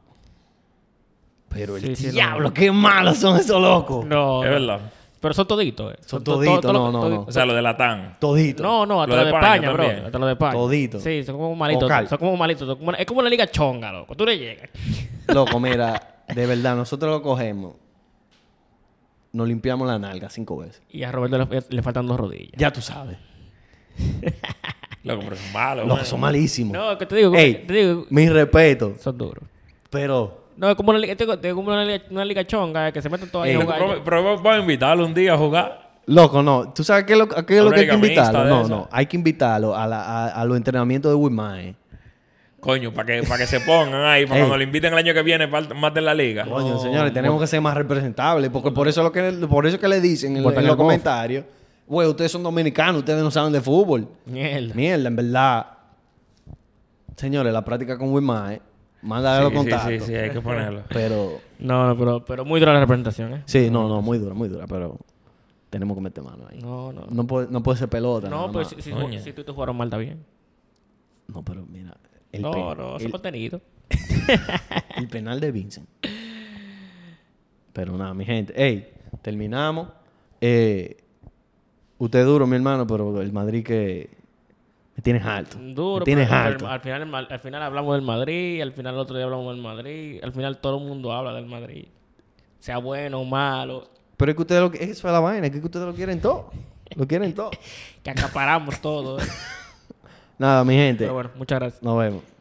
Pero el Sí, sí, no. diablo, qué malos son esos locos. No, es no. verdad. Pero son toditos, eh. Son to- to- toditos, todo lo- no, no, todi- no. O sea, lo de Latán. Todito. No, no, hasta Lo lo de de España España, también. bro. Hasta lo de España. Todito. Sí, son como malitos. Vocal. Son como malitos. son como una- es como una liga chonga, loco. Tú le llegas. Loco, mira, de verdad, nosotros lo cogemos. Nos limpiamos la nalga cinco veces. Y a Roberto le, le faltan dos rodillas. Ya tú sabes. Loco, pero son malos. Loco, man. son malísimos. No, es que te digo, Ey, te digo, mi respeto. son duros. Pero, No, es como una liga, te digo, te digo, como una liga, una liga chonga eh, que se meten todos ahí a Loco, jugar. Pero, pero vamos a invitarlo un día a jugar. loco, no. ¿Tú sabes qué es lo, a qué es lo Una que hay que liga mixta invitarlo? de No, esa. no. Hay que invitarlo a, la- a- a los entrenamientos de Wimae. Coño, para que, para que se pongan ahí. Para Ey. cuando lo inviten el año que viene, para- maten la liga. Coño, señores, tenemos que ser más representables. Porque por eso, lo que, por eso que le dicen en, Botan en el los bofe. comentarios. Güey, ustedes son dominicanos, ustedes no saben de fútbol. Mierda. Mierda, en verdad. Señores, la práctica con Wimae. Mándale los Sí, sí, contactos. sí, sí, hay que ponerlo. Pero, No, no, pero, pero muy dura la representación, eh. sí, no, no, muy dura, muy dura, pero tenemos que meter mano ahí. No, No, no. puede, no puede ser pelota. No, pues nada pero más. si, si, Coño. si tú te jugaron mal, está bien. No, pero mira, el, No, pe- no, eso el- es contenido. el penal de Vincent. Pero nada, mi gente. Ey, terminamos. Eh, usted es duro, mi hermano, pero el Madrid que... Me tienes alto. Duro, me tienes pero- pero alto. al- al, final, el mal- al final hablamos del Madrid, al final el otro día hablamos del Madrid, al final todo el mundo habla del Madrid. Sea bueno o malo, Pero es que ustedes lo... que- Eso es la vaina, es que ustedes lo quieren todo. Lo quieren todo. que acaparamos todo. eh. Nada, mi gente. Pero bueno, muchas gracias. Nos vemos.